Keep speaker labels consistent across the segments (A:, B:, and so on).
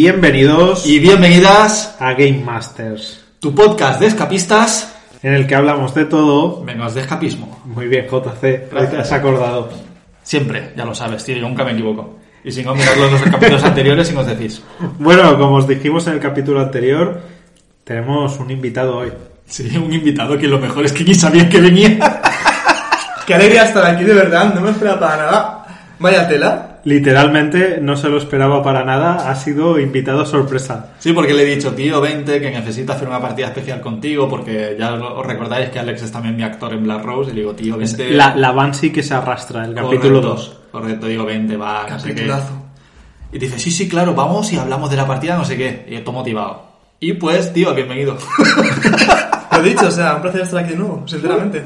A: Bienvenidos
B: Y bienvenidas
A: a Game Masters,
B: tu podcast de escapistas
A: en el que hablamos de todo.
B: menos de escapismo.
A: Muy bien, JC, hoy te
B: Gracias.
A: has acordado.
B: Siempre, ya lo sabes, tío, yo nunca me equivoco. Y si no, mirad los dos capítulos anteriores y nos decís.
A: Bueno, como os dijimos en el capítulo anterior, tenemos un invitado hoy.
B: Sí, un invitado que lo mejor es que ni sabía que venía.
C: Qué alegría estar aquí, de verdad, no me esperaba para nada. Vaya tela.
A: Literalmente no se lo esperaba para nada, ha sido invitado sorpresa.
B: Sí, porque le he dicho, tío, 20, que necesita hacer una partida especial contigo, porque ya lo- os recordáis que Alex es también mi actor en Black Rose, y le digo, tío,
C: Este-
B: 20...
A: La, la Banshee que se arrastra, el capítulo 2.
B: Correcto, digo, 20, va, no sé qué.
C: Capitulazo.
B: Y dice, sí, sí, claro, vamos y hablamos de la partida, no sé qué. Y estoy motivado. Y pues, tío, bienvenido.
C: Lo dicho, o sea, un placer estar aquí de nuevo, sinceramente.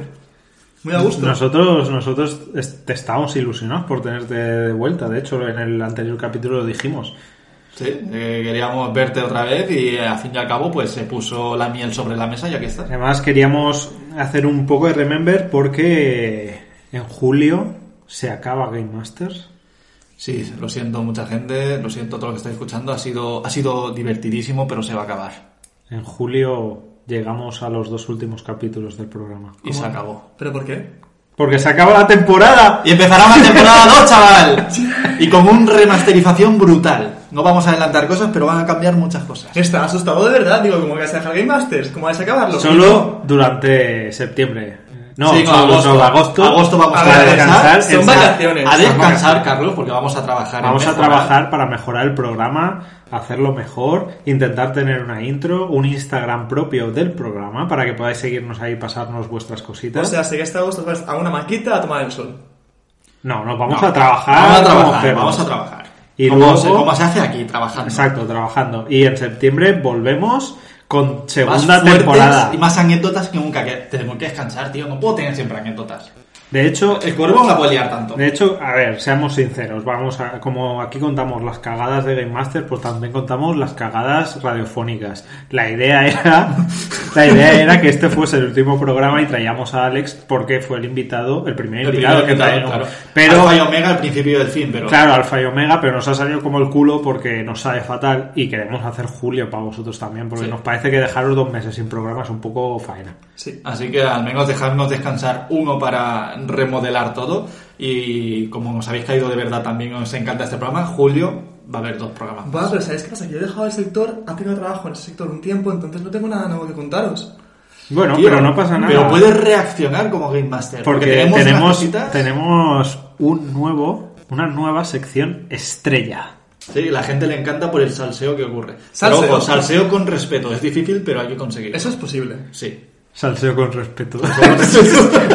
C: Muy a gusto.
A: Nosotros, nosotros es- te estábamos ilusionados por tenerte de vuelta, de hecho en el anterior capítulo lo dijimos.
B: Sí, eh, queríamos verte otra vez y eh, al fin y al cabo pues se puso la miel sobre la mesa ya que está.
A: Además queríamos hacer un poco de remember porque en julio se acaba Game Masters.
B: Sí, lo siento mucha gente, lo siento todo lo que estáis escuchando, ha sido, ha sido divertidísimo pero se va a acabar.
A: En julio llegamos a los dos últimos capítulos del programa.
B: Y se acabó.
C: ¿Pero por qué?
A: Porque se acaba la temporada.
B: Y empezará la temporada 2, chaval. Y con una remasterización brutal. No vamos a adelantar cosas, pero van a cambiar muchas cosas.
C: Está asustado de verdad, digo, ¿cómo que vas a dejar Game Masters? ¿Cómo vais a acabarlo?
A: Solo durante septiembre. No,
B: Sí, con
A: solo-
B: agosto.
A: solo agosto.
B: Agosto vamos
C: a
A: para
B: descansar.
A: descansar.
C: Son
A: en-
C: vacaciones.
B: A descansar,
A: vacaciones.
B: Carlos, porque vamos a trabajar. en
A: Vamos a
B: mejorar.
A: trabajar para mejorar el programa, hacerlo mejor, intentar tener una intro, un Instagram propio del programa para que podáis seguirnos ahí, pasarnos vuestras
C: O
A: cositas.
C: sea, sé que hasta agosto vas a una maquita a tomar el sol.
A: No, nos vamos
B: No,
A: a trabajar.
B: Vamos a
A: como
B: trabajar.
A: cerdos.
B: Vamos a trabajar.
A: Y
B: Como
A: luego-
B: se- como se hace aquí, trabajando.
A: Exacto, trabajando. Y en septiembre volvemos con
B: más
A: segunda
B: fuertes
A: temporada.
B: y más anécdotas que nunca. Que tenemos que descansar, tío. No puedo tener siempre anécdotas.
A: De hecho,
B: El cuervo no la puede liar tanto.
A: de hecho, a ver, seamos sinceros. Vamos a, como aquí contamos las cagadas de Game Master, pues también contamos las cagadas radiofónicas. La idea era, la idea era que este fuese el último programa y traíamos a Alex porque fue el invitado, el primer invitado que traíamos. Pero
B: Alfa y Omega al principio del fin, pero.
A: Claro, Alfa y Omega, pero nos ha salido como el culo porque nos sale fatal y queremos hacer julio para vosotros también, porque
B: Sí.
A: nos parece que dejaros dos meses sin programa es un poco faena.
C: Sí.
B: Así que al menos dejadnos descansar uno para remodelar todo. Y como nos habéis caído de verdad también, os encanta este programa. Julio va a haber dos programas.
C: Va, pero ¿sabéis qué pasa? Que Yo he dejado el sector, ha tenido trabajo en ese sector un tiempo, entonces no tengo nada nuevo que contaros.
A: Bueno,
B: Tío,
A: pero no pasa nada.
B: Pero puedes reaccionar como Game Master.
A: porque
B: unas
A: tenemos,
B: cositas-
A: tenemos un nuevo, una nueva sección estrella.
B: Sí, la gente le encanta por el salseo que ocurre.
C: Salseo.
B: Pero ojo, salseo con respeto. Es difícil, pero hay que conseguirlo.
C: Eso es posible.
B: Sí.
A: Salseo con respeto.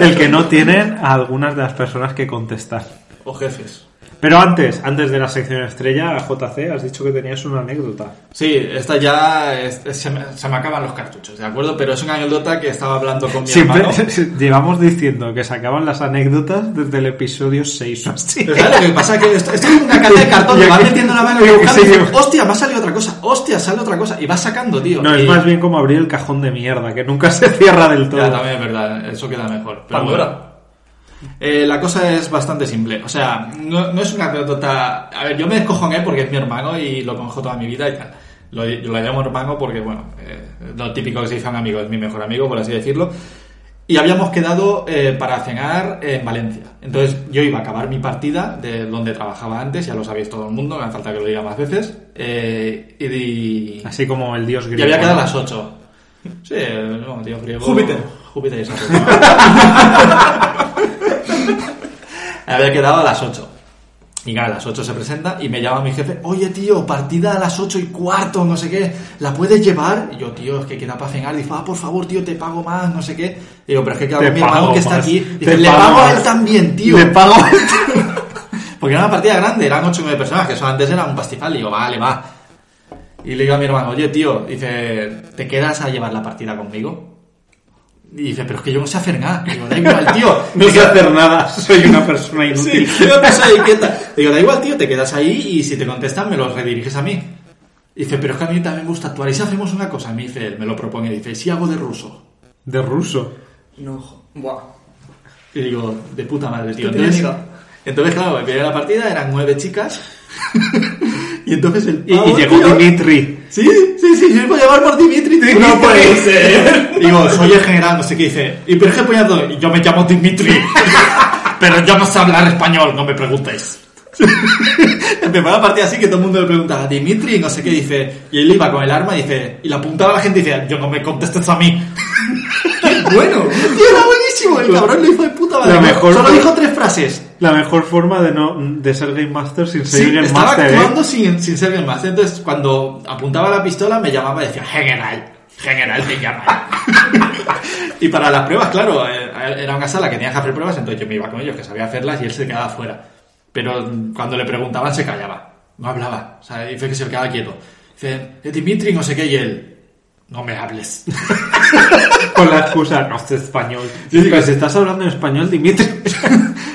A: el que no tienen a algunas de las personas que contestar.
B: O jefes.
A: Pero antes, antes de la sección estrella, JC, has dicho que tenías una anécdota.
B: Sí, esta ya es- es- se, me, se me acaban los cartuchos, ¿de acuerdo? Pero es una anécdota que estaba hablando con mi
A: Siempre
B: hermano.
A: llevamos diciendo que sacaban las anécdotas desde el episodio 6 o así.
B: Pero ¿sabes lo que pasa? Que esto, esto es una cantidad de cartón,
A: Y
B: le vas
A: aquí-
B: metiendo la mano
A: y
B: en el
A: aquí
B: cable y dices,
A: seguimos.
B: hostia, va a salir otra cosa, hostia, sale otra cosa, y vas sacando, tío.
A: No, es
B: Y-
A: más bien como abrir el cajón de mierda, que nunca se cierra del
B: Ya,
A: todo.
B: también es verdad, eso queda mejor. Pero
C: Pandora.
B: bueno. Eh, la cosa es bastante simple. O sea, no, no es una anécdota. A ver, yo me descojoné porque es mi hermano y lo conozco toda mi vida y tal. Lo, yo lo llamo hermano porque, bueno, eh, lo típico que se dice a un amigo, es mi mejor amigo, por así decirlo. Y habíamos quedado eh, para cenar en Valencia. Entonces yo iba a acabar mi partida de donde trabajaba antes, ya lo sabéis todo el mundo, no hace falta que lo diga más veces. Eh, y, di-
A: Así como el dios
B: y
A: griego.
B: había quedado
A: ¿no?
B: a las 8. Sí, no, tío griego.
C: Júpiter.
B: Júpiter esa Había quedado a las 8. Y claro, a las 8 se presenta y me llama mi jefe, oye tío, partida a las 8 y cuarto, no sé qué, ¿la puedes llevar? Y yo, tío, es que queda para cenar. Dice, ah, por favor, tío, te pago más, no sé qué. Y digo, pero es que claro,
A: Te
B: mi hermano
A: pago
B: que está
A: más.
B: aquí,
A: Te
B: dice, le
A: pago
B: pago a
A: más.
B: él también, tío.
A: Le pago.
B: Porque era una partida grande, eran 8 o 9 personas, que eso antes era un pastizal. Y digo, vale, va. Y le digo a mi hermano, oye, tío, dice, ¿te quedas a llevar la partida conmigo? Y dice, pero es que yo no sé hacer nada. Digo, da igual, tío.
A: No sé hacer nada, soy una persona
B: Sí,
A: inútil.
B: yo no soy inquieta. Digo, da igual, tío, te quedas ahí y si te contestan me los rediriges a mí. Dice, pero es que a mí también me gusta actuar. ¿Y si hacemos una cosa? Me dice, él, me lo propone. Dice, ¿y si hago de ruso?
A: De ruso.
C: No, jo- buah.
B: Y digo, de puta madre, tío.
C: Qué tienes,
B: Entonces,
C: tío.
B: entonces, claro, me pillé la partida, eran nueve chicas. Ah, Y entonces el
A: Y, y
B: pavo,
A: llegó
B: tío,
A: Dimitri.
B: Sí, sí, sí, yo voy a llamar por Dimitri. tío.
A: No puede ser.
B: Digo, soy el general, no sé qué dice. ¿Y por qué apoyado? Y yo me llamo Dimitri. Pero yo no sé hablar español, no me preguntéis. Empezó la partida así que todo el mundo le preguntaba Dimitri, no sé qué dice. Y él iba con el arma y dice, y le apuntaba a la gente y dice, yo no me contestes a mí.
C: Bueno,
B: Y era buenísimo, el cabrón lo hizo de puta madre.
A: Lo mejor
B: Solo
A: fue-
B: dijo tres frases.
A: La mejor forma de no de ser Game Master sin ser
B: Sí,
A: Game
B: estaba
A: Master. ¿eh?
B: actuando sin, sin ser bien más. Entonces, cuando apuntaba la pistola, me llamaba y decía, general, general, me llama. y para las pruebas, claro, eh, era una sala que tenía que hacer pruebas, entonces yo me iba con ellos, que sabía hacerlas, y él se quedaba fuera. Pero mm, cuando le preguntaban, se callaba. No hablaba. O sea, dice que se quedaba quieto. Dice, "Eh, Dimitri, no sé qué, y él, no me hables.
A: Con la excusa, no sé español.
B: Sí, sí.
A: Pero si estás hablando en español, Dimitri.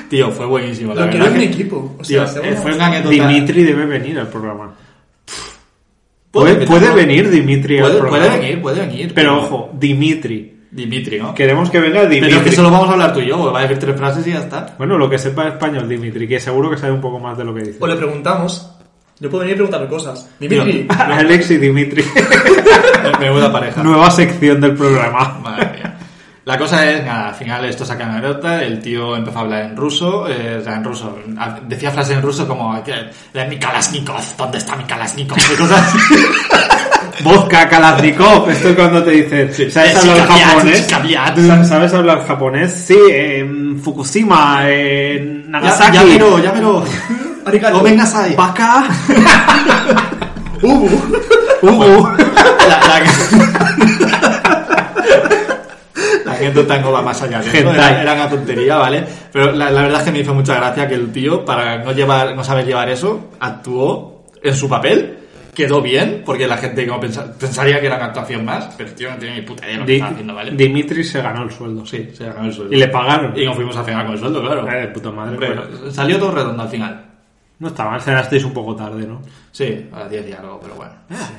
B: Tío, fue buenísimo. La
C: lo que
B: verdad
C: era un
B: que-
C: equipo. O
B: Tío,
C: sea,
B: eh,
C: seguro.
B: fue una anécdota.
A: Dimitri debe venir al programa.
B: ¿Puedo
A: Puede, puede
B: invitarlo?
A: venir Dimitri al
B: Puede,
A: programa.
B: puede venir, puede venir.
A: Pero ojo, Dimitri.
B: Dimitri, ¿no?
A: Queremos que venga Dimitri.
B: Pero es que solo vamos a hablar tú y yo, porque va a decir tres frases y ya está.
A: Bueno, lo que sepa español, Dimitri, que seguro que sabe un poco más de lo que dice.
C: O le preguntamos. Yo puedo venir y preguntarle cosas. Dimitri,
A: Alex y Dimitri.
B: Menuda pareja.
A: Nueva sección del programa.
B: Madre mía. La cosa es, nada, al final esto saca anécdota, el tío empezó a hablar en ruso, eh, o sea, en ruso, a- decía frases en ruso como, que, "Eh, mi Kalashnikov, ¿dónde está mi Kalashnikov? Y cosas así.
A: Vodka Kalashnikov. Esto es cuando te dicen, ¿sabes
B: Eh,
A: hablar
B: chicabiat,
A: japonés?
B: chicabiat.
A: Sa- ¿Sabes hablar japonés? Sí, en Fukushima, en
B: Ya,
A: Nagasaki.
B: ya miro, ya miro.
C: arigato.
B: No vengas ahí.
A: Vaca.
C: Ubu.
A: Hugo.
B: La, la- la anécdota no va más allá de eso, era,
A: Hentai.
B: era una tontería, ¿vale? Pero la, la verdad es que me hizo mucha gracia que el tío, para no llevar, no saber llevar eso, actuó en su papel, quedó bien, porque la gente como pensa- pensaría que era una actuación más, pero el tío no tenía ni puta idea de lo que
A: Di-
B: estaba haciendo, ¿vale?
A: Dimitri se ganó el sueldo, sí.
B: Sí, se ganó el sueldo.
A: Y le pagaron.
B: Y nos fuimos a cenar con el sueldo, claro.
A: Eh, de puta madre,
B: Hombre,
A: bueno.
B: Salió todo redondo al final.
A: No está mal, cenasteis un poco tarde, ¿no? Ah,
B: Sí, a las 10 y algo, pero bueno.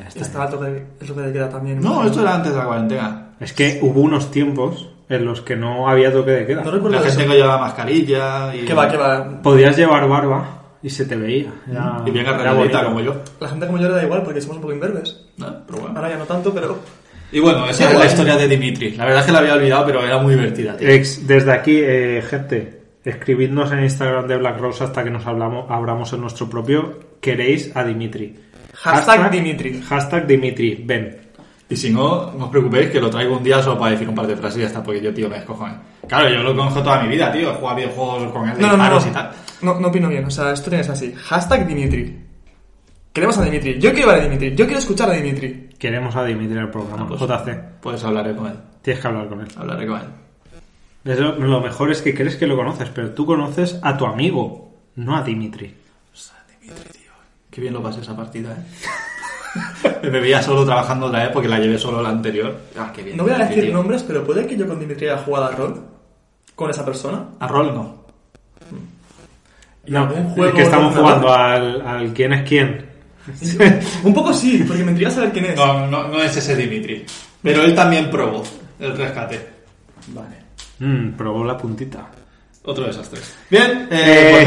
C: Este Está el toque, de, el toque de queda también.
B: No, esto era antes de la cuarentena.
A: Es que hubo unos tiempos en los que no había toque de queda.
C: No recuerdo
B: La
C: eso.
B: gente que llevaba mascarilla y...
C: Que va, que va.
A: Podías llevar barba y se te veía. Era-
B: Y bien
A: era
B: arregladita
A: bonito.
B: como yo.
C: La gente como yo le da igual porque somos un poco imberbes.
B: ¿no? Ah, Pero bueno.
C: Ahora ya no tanto, pero.
B: Y bueno, esa es la historia de Dimitri. La verdad es que la había olvidado, pero era muy divertida, tío.
A: Ex- desde aquí, eh, gente, escribidnos en Instagram de Black Rose hasta que nos hablamos, abramos en nuestro propio. Queréis a Dimitri.
C: Hashtag Dimitri.
A: Hashtag Dimitri. Ven.
B: Y si no, no os preocupéis que lo traigo un día solo para decir un par de frases y ya está, porque yo, tío, me descojones. Claro, yo lo conozco toda mi vida, tío. He jugado a videojuegos con él, de
C: No, no, no.
B: disparos
C: No,
B: y tal.
C: no, no opino bien. O sea, esto tiene que ser así. Hashtag Dimitri. Queremos a Dimitri. Yo quiero ver a Dimitri. Yo quiero escuchar a Dimitri.
A: Queremos a Dimitri en el programa.
B: pues.
A: JC.
B: Pues hablaré con él.
A: Tienes que hablar con él.
B: Hablaré con él.
A: Es lo, lo mejor es que crees que lo conoces, pero tú conoces a tu amigo, no a Dimitri.
B: Qué bien lo pasé esa partida, eh. me bebía solo trabajando otra vez porque la llevé solo la anterior. Ah, qué bien.
C: No voy a
B: Dimitri,
C: decir
B: tío.
C: nombres, pero puede que yo con Dimitri haya jugado al rol. Con esa persona.
B: A rol no.
A: No,
C: algún juego
A: es que estamos
C: de
A: jugando al, al quién es quién.
C: Un poco sí, porque me intriga saber quién es.
B: No, no, no es ese Dimitri. Pero él también probó el rescate. Vale.
A: Mm, probó la puntita.
B: Otro desastre. Bien,
A: Eh,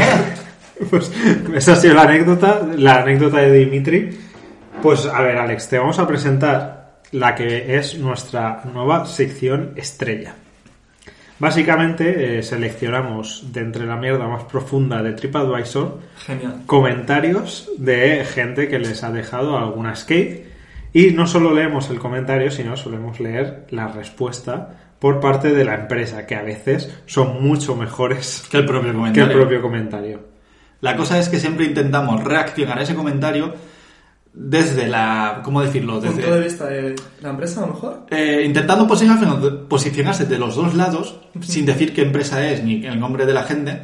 A: pues esa ha sido la anécdota, la anécdota de Dimitri. Pues a ver, Alex, te vamos a presentar la que es nuestra nueva sección estrella. Básicamente eh, seleccionamos de entre la mierda más profunda de TripAdvisor
C: Genial.
A: comentarios de gente que les ha dejado alguna skate y no solo leemos el comentario, sino solemos leer la respuesta por parte de la empresa, que a veces son mucho mejores
B: que el propio
A: que
B: comentario.
A: el propio comentario.
B: La cosa es que siempre intentamos reaccionar a ese comentario desde la... ¿Cómo decirlo? Desde,
C: Punto de vista de la empresa, a lo mejor.
B: Eh, intentando posicionarse, posicionarse de los dos lados, sin decir qué empresa es ni el nombre de la gente,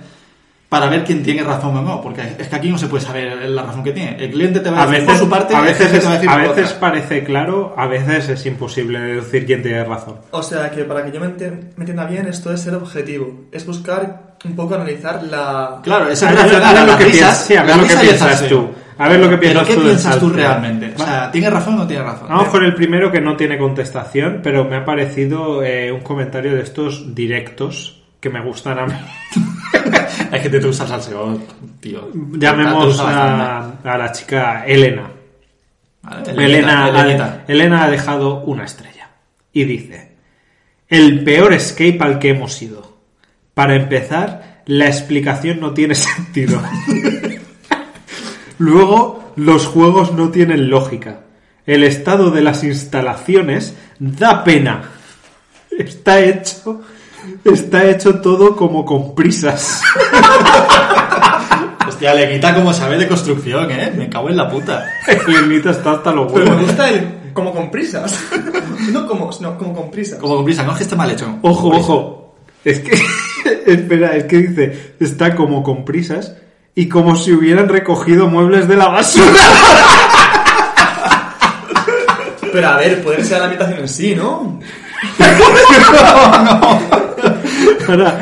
B: para ver quién tiene razón o no, porque es que aquí no se puede saber la razón que tiene. El cliente te va a,
A: A
B: decir
A: veces,
B: por su parte,
A: a
B: el
A: veces,
B: jefe te
A: es-
B: va a decir
A: a
B: por
A: veces
B: otra.
A: parece claro, a veces es imposible deducir quién tiene razón.
C: O sea que para que yo me, enten- me entienda bien, esto es ser objetivo. Es buscar un poco analizar la.
B: Claro, esa
A: A ver,
B: relación
A: a ver
B: a
A: lo
B: las
A: que
B: risas,
A: piensas, sí, a ver
B: la
A: lo que
B: risa y el
A: piensas
B: salseo.
A: tú. A ver lo que piensas
B: Pero
A: tú
B: ¿qué
A: del
B: piensas tú
A: salseo?
B: realmente? O sea, ¿tiene razón o no tiene razón?
A: Vamos con el primero que no tiene contestación, pero me ha parecido eh, un comentario de estos directos que me gustan a mí.
B: Hay gente que te gusta el salseo, tío. Te
A: Llamemos
B: gusta bastante.
A: a, a la chica Elena.
B: Vale,
A: Elena,
B: Elenita,
A: ha-
B: Elenita.
A: Elena ha dejado una estrella y dice, el peor escape al que hemos ido. Para empezar, la explicación no tiene sentido. Luego, los juegos no tienen lógica. El estado de las instalaciones da pena. Está hecho, está hecho todo como con prisas.
B: Hostia, Elenita como sabe de construcción, ¿eh? Me cago en la puta.
A: Elenita está hasta los
C: Pero me
A: huevos.
C: gusta el como con prisas. No como, no, como con prisas.
B: Como con prisa, no es que esté mal hecho.
A: Ojo, ojo. Es que, espera, es que dice, está como con prisas y como si hubieran recogido muebles de la basura.
C: Pero a ver, poder ser la habitación en sí, ¿no?
A: Para,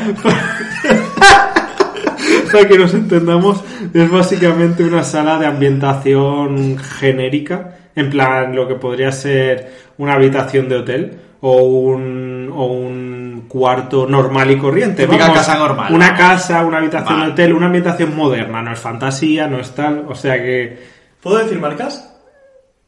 A: para que nos entendamos, es básicamente una sala de ambientación genérica, en plan lo que podría ser una habitación de hotel o un, o un cuarto normal y corriente.
B: Típica casa normal.
A: Una casa, una habitación
B: Vale.
A: de hotel, una ambientación moderna, no es fantasía, no es tal, o sea que...
C: ¿Puedo decir marcas?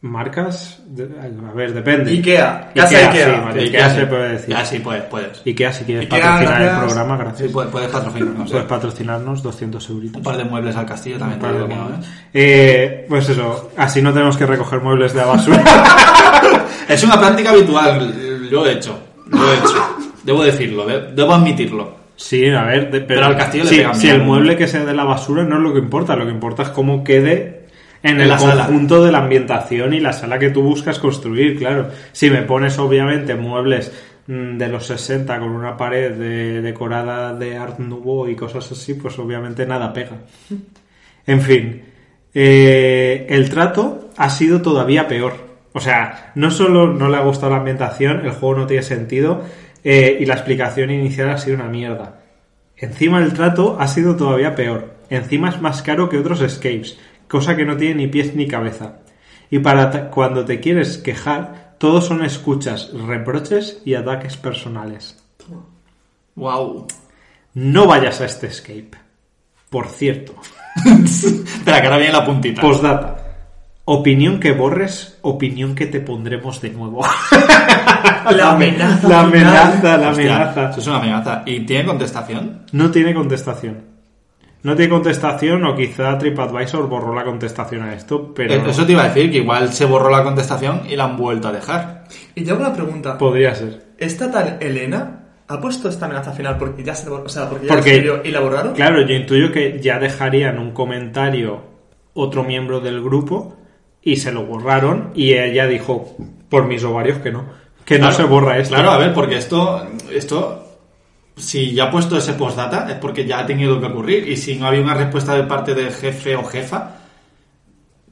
A: ¿Marcas? De- A ver, depende.
C: Ikea. Casa
A: Ikea,
C: Ikea.
A: sí, vale,
B: Y
A: Ikea
B: que-
A: se puede decir.
B: Ya, Ah, sí, puedes, puedes.
A: Ikea, si quieres
C: Ikea,
A: patrocinar el
C: gracias.
A: programa,
B: Sí,
A: gracias.
B: puedes, puedes patrocinar, no sé.
A: Puedes patrocinarnos 200 euritos.
B: Un par de muebles al castillo también. te
A: Vale,
B: digo que
A: bueno.
B: no, ¿eh?
A: Eh, pues eso, así no tenemos que recoger muebles de la basura.
B: Es una práctica habitual, lo he hecho. Lo he hecho. Debo decirlo, de- debo admitirlo.
A: sí, a ver, de- pero,
B: Pero al castillo le
A: sí,
B: pegan
A: si
B: bien.
A: el mueble que sea de la basura no es lo que importa, lo que importa es cómo quede en
B: En
A: el
B: la sala.
A: conjunto de la ambientación y la sala que tú buscas construir, claro. Si me pones obviamente muebles mm, de los 60 con una pared de- decorada de Art Nouveau y cosas así, pues obviamente nada pega. En fin, eh, el trato ha sido todavía peor. O sea, no solo no le ha gustado la ambientación, el juego no tiene sentido eh, y la explicación inicial ha sido una mierda. Encima el trato ha sido todavía peor. Encima es más caro que otros escapes, cosa que no tiene ni pies ni cabeza. Y para ta- cuando te quieres quejar, todos son escuchas, reproches y ataques personales.
B: Wow.
A: No vayas a este escape. Por cierto.
B: Espera, que ahora viene la puntita.
A: Postdata. Opinión que borres, opinión que te pondremos de nuevo.
C: La amenaza.
A: La amenaza, la
B: Hostia,
A: amenaza.
B: Eso es una amenaza. ¿Y tiene contestación?
A: No tiene contestación. No tiene contestación o quizá TripAdvisor borró la contestación a esto, pero
B: Eh, Eso te iba a decir, que igual se borró la contestación y la han vuelto a dejar.
C: Y yo hago una pregunta.
A: podría ser.
C: ¿Esta tal Elena ha puesto esta amenaza final porque ya se o sea, porque ya
A: Porque-
C: la escribió y la borraron?
A: Claro, yo intuyo que ya dejarían un comentario otro miembro del grupo y se lo borraron y ella dijo por mis ovarios que no, que no
B: Claro,
A: se borra esto.
B: Claro, a ver, porque esto, esto, si ya ha puesto ese postdata, es porque ya ha tenido que ocurrir. Y si no había una respuesta de parte del jefe o jefa,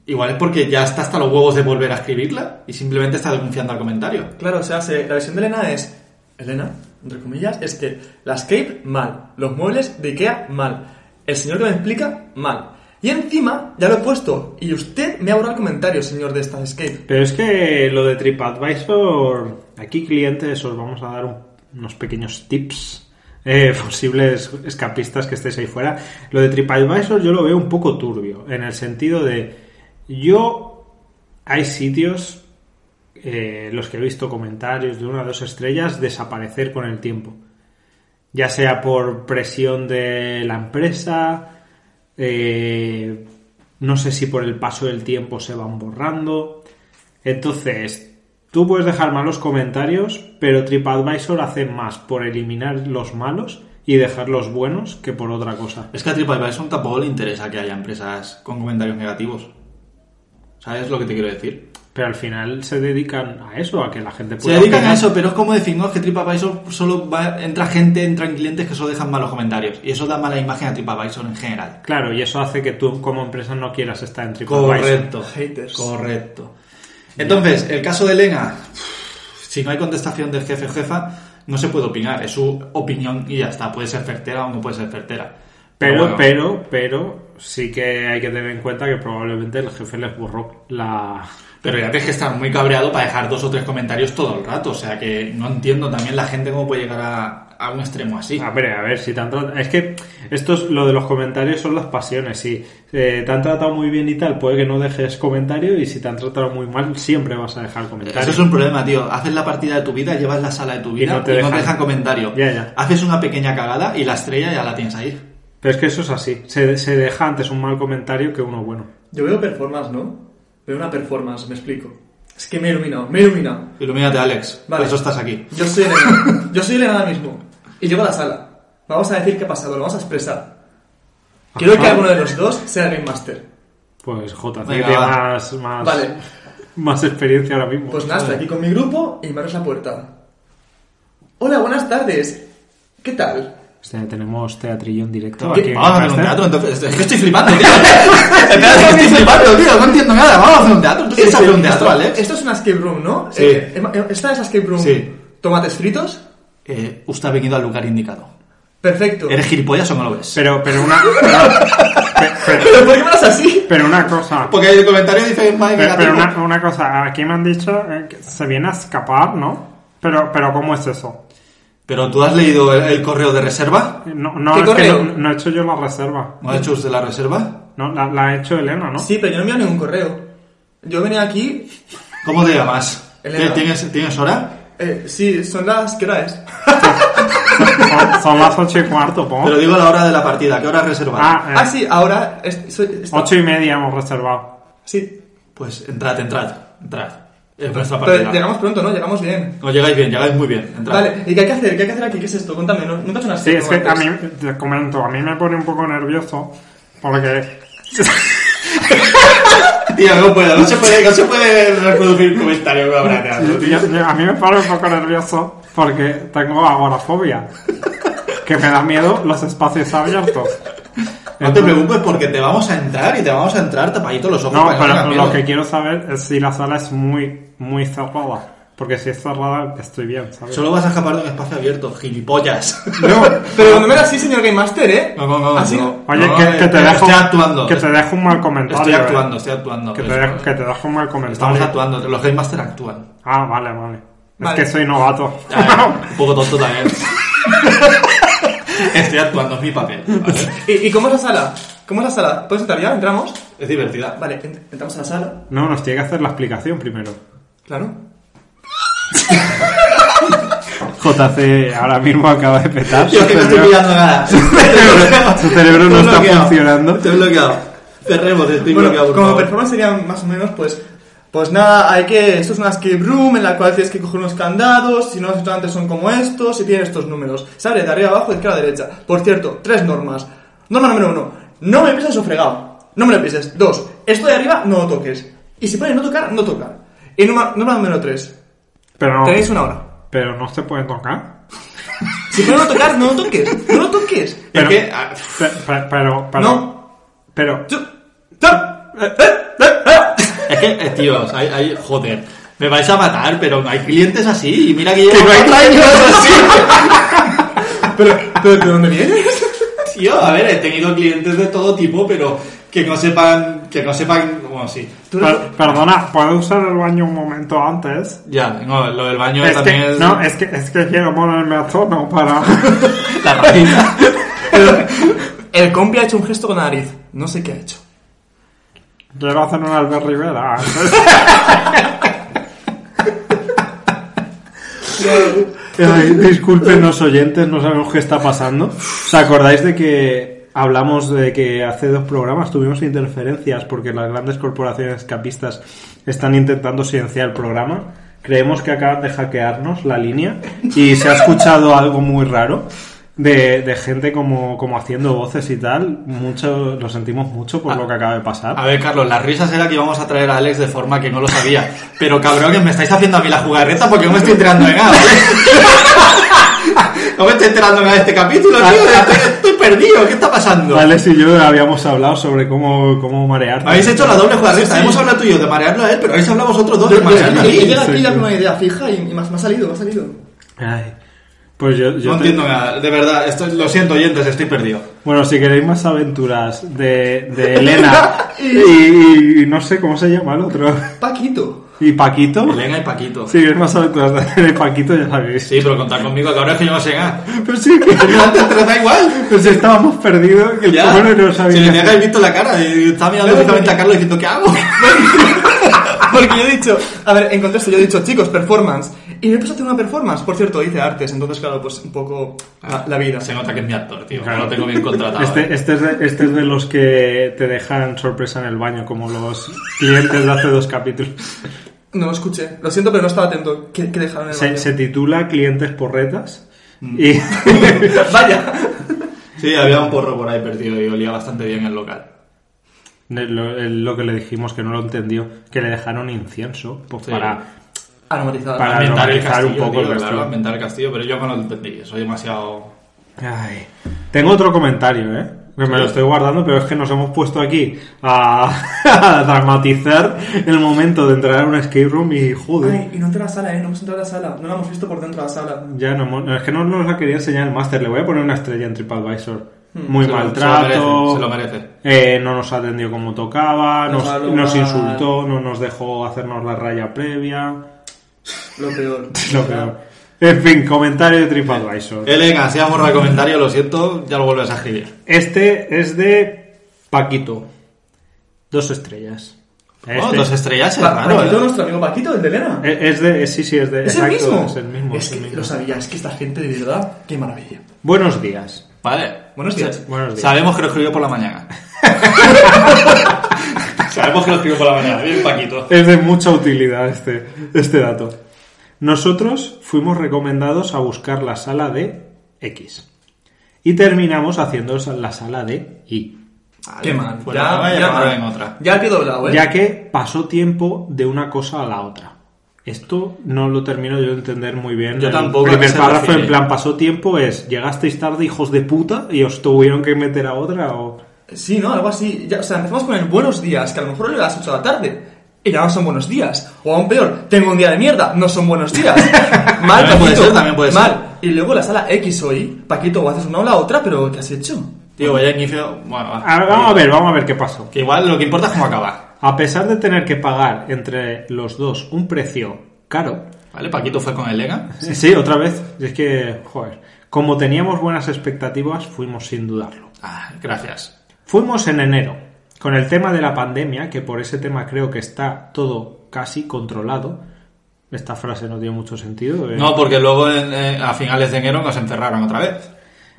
B: igual es porque ya está hasta los huevos de volver a escribirla y simplemente está denunciando al comentario.
C: Claro, o sea, se- la versión de Elena es. Elena, entre comillas, es que la escape mal, los muebles de Ikea mal, el señor que me explica mal. Y encima ya lo he puesto y usted me ha borrado el comentario, señor de esta escape.
A: Pero es que lo de TripAdvisor, aquí clientes os vamos a dar un- unos pequeños tips, eh, posibles escapistas que estéis ahí fuera. Lo de TripAdvisor yo lo veo un poco turbio, en el sentido de yo hay sitios, eh, los que he visto comentarios de una o dos estrellas, desaparecer con el tiempo. Ya sea por presión de la empresa, eh, no sé si por el paso del tiempo se van borrando. Entonces, tú puedes dejar malos comentarios, pero TripAdvisor hace más por eliminar los malos y dejar los buenos que por otra cosa.
B: Es que a TripAdvisor tampoco le interesa que haya empresas con comentarios negativos. ¿Sabes lo que te quiero decir?
A: Pero al final se dedican a eso, a que la gente
B: Se
A: pueda
B: dedican a
A: opinar.
B: eso, pero es como decir, no, es que TripAdvisor solo va- entra gente, entran clientes que solo dejan malos comentarios. Y eso da mala imagen a TripAdvisor en general.
A: Claro, y eso hace que tú como empresa no quieras estar en TripAdvisor.
B: Correcto.
C: Haters.
B: Correcto. Entonces, el caso de Elena, si no hay contestación del jefe o jefa, no se puede opinar. Es su opinión y ya está. Puede ser certera o no puede ser certera.
A: Pero,
B: bueno,
A: pero, pero, sí que hay que tener en cuenta que probablemente el jefe les borró la...
B: Pero ya tienes que estar muy cabreado para dejar dos o tres comentarios todo el rato. O sea que no entiendo también la gente cómo puede llegar a, a un extremo así.
A: A ver, Ah, a ver, si te han tratado... Es que esto es lo de los comentarios son las pasiones. Si eh, te han tratado muy bien y tal, puede que no dejes comentario y si te han tratado muy mal, siempre vas a dejar comentario.
B: Eso es un problema, tío. Haces la partida de tu vida, llevas la sala de tu vida y no te, dejan, comentario.
A: Ya, ya.
B: Haces una pequeña cagada y la estrella ya la tienes ahí.
A: Pero es que eso es así. Se, se deja antes un mal comentario que uno bueno.
C: Yo veo performance, ¿no? Veo una performance, me explico. Es que me he iluminado, me he iluminado.
B: Ilumínate, Alex.
C: Vale.
B: Por eso estás aquí.
C: Yo soy Elena. Yo soy Elena ahora mismo. Y llego a la sala. Vamos a decir qué ha pasado, lo vamos a expresar. Quiero que
A: Ajá.
C: alguno de los dos sea el Game Master.
A: Pues Jota,
B: Venga,
A: tiene
B: va.
A: más, más,
C: Vale.
A: más experiencia ahora mismo.
C: Pues nada, estoy aquí con mi grupo y me abres la puerta. Hola, buenas tardes. ¿Qué tal?
A: O sea, tenemos teatrillo en directo.
B: Vamos
A: aquí en
B: a hacer un
A: Caster.
B: teatro, entonces. Es que estoy flipando, tío. Espera, es que estoy flipando, tío. No entiendo nada. Vamos a hacer un teatro. ¿Tú quieres hacer un teatro,
C: esto,
A: ¿eh?
B: Alex?
C: esto es una escape room, ¿no?
B: Sí.
C: Eh, em- Esta es la escape room.
B: Sí.
C: Tomates fritos.
B: Eh, usted ha venido al lugar indicado.
C: Perfecto.
B: ¿Eres gilipollas o no lo ves?
A: Pero, pero una. pero, pero-
C: ¿Pero por qué me das así?
A: pero una cosa.
B: Porque el comentario dice más
A: Pero, pero una, una cosa. Aquí me han dicho eh, que se viene a escapar, ¿no? Pero, pero ¿cómo es eso?
B: Pero tú has leído el, el correo de reserva.
A: No, no,
C: ¿Qué
A: es que
C: correo?
A: no, no he hecho yo la reserva.
B: ¿No ha hecho usted la reserva?
A: No, la, la ha hecho Elena, ¿no?
C: Sí, pero yo no envío ningún correo. Yo venía aquí.
B: ¿Cómo te llamas?
C: Elena.
B: ¿Tienes, ¿Tienes hora?
C: eh, sí, son las. ¿Qué hora es?
A: Eh. Son, son las ocho y cuarto, pongo.
B: Pero digo la hora de la partida. ¿Qué hora has reservado?
A: Ah, eh,
C: Ah, sí, ahora. es- soy- esta-
A: ocho y media hemos reservado.
C: Sí.
B: Pues entrad, entrad. Entrad. Es vuestra
C: Pero
B: partida.
C: llegamos pronto, ¿no? Llegamos bien.
B: No llegáis bien, llegáis muy bien. Entrad.
C: Vale, ¿y qué hay que hacer? ¿Qué hay que hacer aquí? ¿Qué es esto? Cuéntame, ¿no? nunca he hecho una
A: Sí,
C: escape
A: es que
C: room
A: a
C: este antes.
A: mí, te comento, a mí me pone un poco nervioso porque
B: Tío, no puedo. No se puede, no se puede reproducir comentario que habrá
A: Yo- yo- a mí me pone un poco nervioso porque tengo agorafobia, que me da miedo los espacios abiertos.
B: No te preocupes porque te vamos a entrar y te vamos a entrar tapadito los ojos.
A: No,
B: para que no
A: pero
B: tengas
A: lo
B: miedo.
A: que quiero saber es si la sala es muy, muy cerrada. Porque si es cerrada, estoy bien, ¿sabes?
B: Solo vas a escapar de un espacio abierto, gilipollas.
A: No, ¿Ah,
C: Pero no me das así, señor Game Master, ¿eh?
B: No, no, no.
C: Así
B: no.
C: no.
A: Oye,
B: No,
A: que,
B: eh,
A: que te dejo,
B: Estoy actuando.
A: que te dejo un mal comentario.
B: Estoy actuando,
A: eh.
B: estoy actuando.
A: Que te,
B: Pues,
A: dejo, que te dejo un mal comentario.
B: Estamos actuando, los Game Master actúan.
A: Ah, vale, vale.
C: Vale.
A: Es que soy novato.
B: Ah, un poco tonto también. Estoy actuando, es mi papel. ¿vale?
C: ¿Y, y cómo es la sala? ¿Cómo es la sala? ¿Puedes entrar ya? ¿Entramos?
B: Es divertida.
C: Vale, ent- entramos a la sala.
A: No, nos tiene que hacer la explicación primero.
C: Claro.
A: JC ahora mismo acaba de petar.
B: Yo que no estoy mirando nada.
A: Su cerebro no
B: Estoy
A: está
B: bloqueado.
A: funcionando.
B: Estoy bloqueado. Cerremos, estoy
C: Bueno,
B: bloqueado. por
C: como
B: favor.
C: performance sería más o menos, pues... Pues nada, hay que... Esto es una escape room en la cual tienes que coger unos candados, si no los restaurantes son como estos, y tienen estos números. Se abre de arriba a abajo, de izquierda a derecha. Por cierto, tres normas. Norma número uno, no me pises o fregado. No me lo pises. Dos, esto de arriba no lo toques. Y si pone no tocar, no tocar. Y norma, norma número tres,
A: Pero, no-
C: tenéis una hora.
A: pero no se pueden tocar.
C: Si pone no tocar, no lo toques. No lo toques.
A: Pero,
B: Es que, ah,
A: pe- pe- pero, pero,
C: No.
A: pero,
C: Yo- ¡Ah! ¡Eh, eh, eh!
B: Es que, eh, tíos, hay, hay- joder, me vais a matar, pero no hay clientes así. Y mira que yo.
A: no hay
B: clientes así!
C: Pero, pero ¿de dónde vienes?
B: Tío, a ver, he tenido clientes de todo tipo, pero que no sepan. Que no sepan. Bueno, sí.
C: Tú
A: per-
C: eres-
A: perdona, ¿puedo usar el baño un momento antes?
B: Ya, no, lo del baño
A: Es
B: también
A: que,
B: es.
A: Este, no, es que, es que quiero ponerme a tono para...
B: La rajita.
C: pero el compi ha hecho un gesto con la nariz. No sé qué ha hecho.
A: quiero hacer un Albert Rivera. Ay, disculpen los oyentes, no sabemos qué está pasando. ¿Os acordáis de que hablamos de que hace dos programas tuvimos interferencias porque las grandes corporaciones capistas están intentando silenciar el programa? Creemos que acaban de hackearnos la línea y se ha escuchado algo muy raro de, de gente como, como haciendo voces y tal. Mucho, lo sentimos mucho por lo que acaba de pasar.
B: A ver, Carlos, las risas era que íbamos a traer a Alex de forma que no lo sabía. Pero cabrones, me estáis haciendo a mí la jugarreta porque no me estoy enterando de nada, ¿vale? No me estoy enterando de nada de este capítulo, tío. Estoy, estoy perdido, ¿qué está pasando?
A: Alex y yo habíamos hablado sobre cómo, cómo marearte.
B: Habéis hecho la doble jugarreta. Hemos hablado tú y yo de marearlo a él, pero habéis hablado vosotros dos de
C: Yo- yo-
B: marearlo a
C: yo- yo
B: mí.
C: llego aquí
A: sí,
C: ya con
A: sí.
C: una idea fija y, y me, ha- me ha salido, me ha salido.
A: Ay. Pues yo, yo
B: no
A: te-
B: entiendo nada, de verdad, estoy- lo siento oyentes, estoy perdido.
A: Bueno, si queréis más aventuras de, de Elena y, y no sé cómo se llama el otro.
C: Paquito.
A: ¿Y Paquito?
B: Elena y Paquito.
A: Si queréis más aventuras de Elena y Paquito, ya sabéis.
B: Sí, pero contar conmigo, que ahora es que yo no sé nada.
A: Pero sí, que
B: Pero antes te lo da igual.
A: pero si estábamos perdidos, que el
B: Ya.
A: pobre no
B: si le
A: sabía.
B: habéis visto la cara, y estaba mirando fijamente a Carlos diciendo, ¿qué hago?
C: Porque yo he dicho, a ver, en contexto yo he dicho, chicos, performance. Y me puse a hacer una performance. Por cierto, hice artes, entonces, claro, pues un poco
B: Ah,
C: la, la vida.
B: Se nota que es mi actor, tío.
A: Claro.
B: No lo tengo bien contratado. eh.
A: Este, este, es de, este es de los que te dejan sorpresa en el baño, como los clientes de hace dos capítulos.
C: No lo escuché. Lo siento, pero no estaba atento. ¿Qué, qué dejaron en el
A: Se,
C: baño?
A: se titula Clientes porretas.
B: Mm.
A: Y
C: Vaya.
B: Sí, había un porro por ahí perdido y olía bastante bien el local.
A: lo, lo que le dijimos que no lo entendió, que le dejaron incienso pues,
B: Sí.
A: para
C: Aromatizada.
A: Para-
B: Ambientar el
A: normalizar
B: castillo,
A: un poco
B: tío,
A: el
B: claro,
A: castillo.
B: ambientar el castillo, pero yo no lo entendí. Soy demasiado...
A: Ay. Tengo otro comentario, ¿eh? Que me lo estoy guardando, pero es que nos hemos puesto aquí a, a dramatizar el momento de entrar a un escape room y joder.
C: Ay, y no entró a la sala, ¿eh? No hemos entrado a la sala. No la hemos visto por dentro de la sala.
A: Ya no, hemos- es que no nos la quería enseñar el máster. Le voy a poner una estrella en TripAdvisor. Muy
B: Hmm. se lo-
A: maltrato.
B: se lo merece, se lo merece.
A: eh, no nos atendió como tocaba.
C: Nos
A: Nos,
C: habló
A: nos
C: mal.
A: insultó. No nos dejó hacernos la raya previa.
C: Lo peor.
A: Lo peor. En fin, comentario de TripAdvisor.
B: Elena, si has borrado el comentario, lo siento, ya lo vuelves a escribir.
A: Este es de Paquito. Dos estrellas.
B: Oh,
C: Ah,
A: Este-
B: dos estrellas, es
C: Pa-
B: raro,
C: Paquito,
B: ¿eh?
C: nuestro amigo Paquito, el de Elena.
A: Eh, Es de, eh, sí, sí, es de.
C: ¿Es,
A: exacto,
C: el mismo?
A: Es el mismo.
C: Es
A: es el
C: que
A: mismo.
C: lo sabía, es que esta gente de verdad, qué maravilla.
A: Buenos días.
B: Vale.
C: Buenos días.
A: Buenos días.
B: Sabemos que lo escribió por la mañana. Sabemos que lo escribió por la mañana. Bien, Paquito.
A: Es de mucha utilidad este, este dato. Nosotros fuimos recomendados a buscar la sala de X. Y terminamos haciendo la sala de Y.
C: Qué mal.
B: Pues ya, ya, ya en otra.
C: Ya el pie doblado, ¿eh?
A: Ya que pasó tiempo de una cosa a la otra. Esto no lo termino yo de entender muy bien.
B: Yo
A: El
B: tampoco, ¿a qué
A: primer
B: se
A: párrafo,
B: refiere?
A: en plan, pasó tiempo es, llegasteis tarde, hijos de puta, y os tuvieron que meter a otra o...
C: Sí, ¿no? Algo así. Ya, o sea, empezamos con el buenos días, que a lo mejor era a las 8 de la tarde. Y ya no son buenos días. O aún peor, tengo un día de mierda, no son buenos días. mal,
B: También puede
C: Paquito,
B: ser, también puede ser.
C: mal. Y luego la sala X o Y, Paquito, o haces una o la otra, pero ¿qué has hecho?
B: Tío, vaya inicio. Bueno, va.
A: Ah, vamos a ver, vamos a ver qué pasó.
B: Que igual lo que importa es cómo acabar.
A: A pesar de tener que pagar entre los dos un precio caro,
B: Vale, Paquito fue con Elena.
A: Sí, sí, otra vez. Es que, joder, como teníamos buenas expectativas, fuimos sin dudarlo.
B: Ah, gracias.
A: Fuimos en enero, con el tema de la pandemia, que por ese tema creo que está todo casi controlado. Esta frase no dio mucho sentido. eh.
B: No, porque luego en- en- a finales de enero nos encerraron otra vez.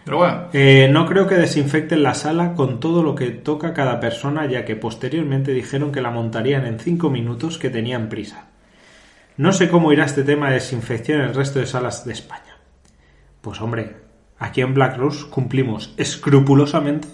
B: Pero bueno.
A: Eh, no creo que desinfecten la sala con todo lo que toca cada persona, ya que posteriormente dijeron que la montarían en 5 minutos que tenían prisa. No sé cómo irá este tema de desinfección en el resto de salas de España. Pues hombre, aquí en Black Rose cumplimos escrupulosamente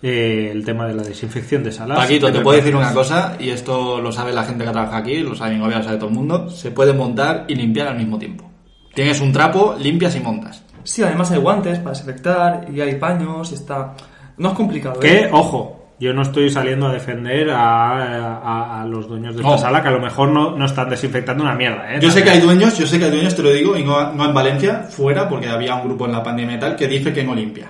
A: eh, el tema de la desinfección de salas.
B: Paquito, te
A: Pero-
B: puedo decir una cosa, y esto lo sabe la gente que trabaja aquí, lo sabe mi novia, lo sabe todo el mundo. Se puede montar y limpiar al mismo tiempo. Tienes un trapo, limpias y montas.
C: Sí, además hay guantes para desinfectar, y hay paños, y está... No es complicado, ¿eh?
A: Que, ojo, yo no estoy saliendo a defender a, a- a los dueños de esta
B: No.
A: sala que a lo mejor no, no están desinfectando una mierda. ¿eh?
B: Yo sé
A: También.
B: que hay dueños, yo sé que hay dueños, te lo digo, y no, no en Valencia, fuera, porque había un grupo en la pandemia y tal que dice que no limpia.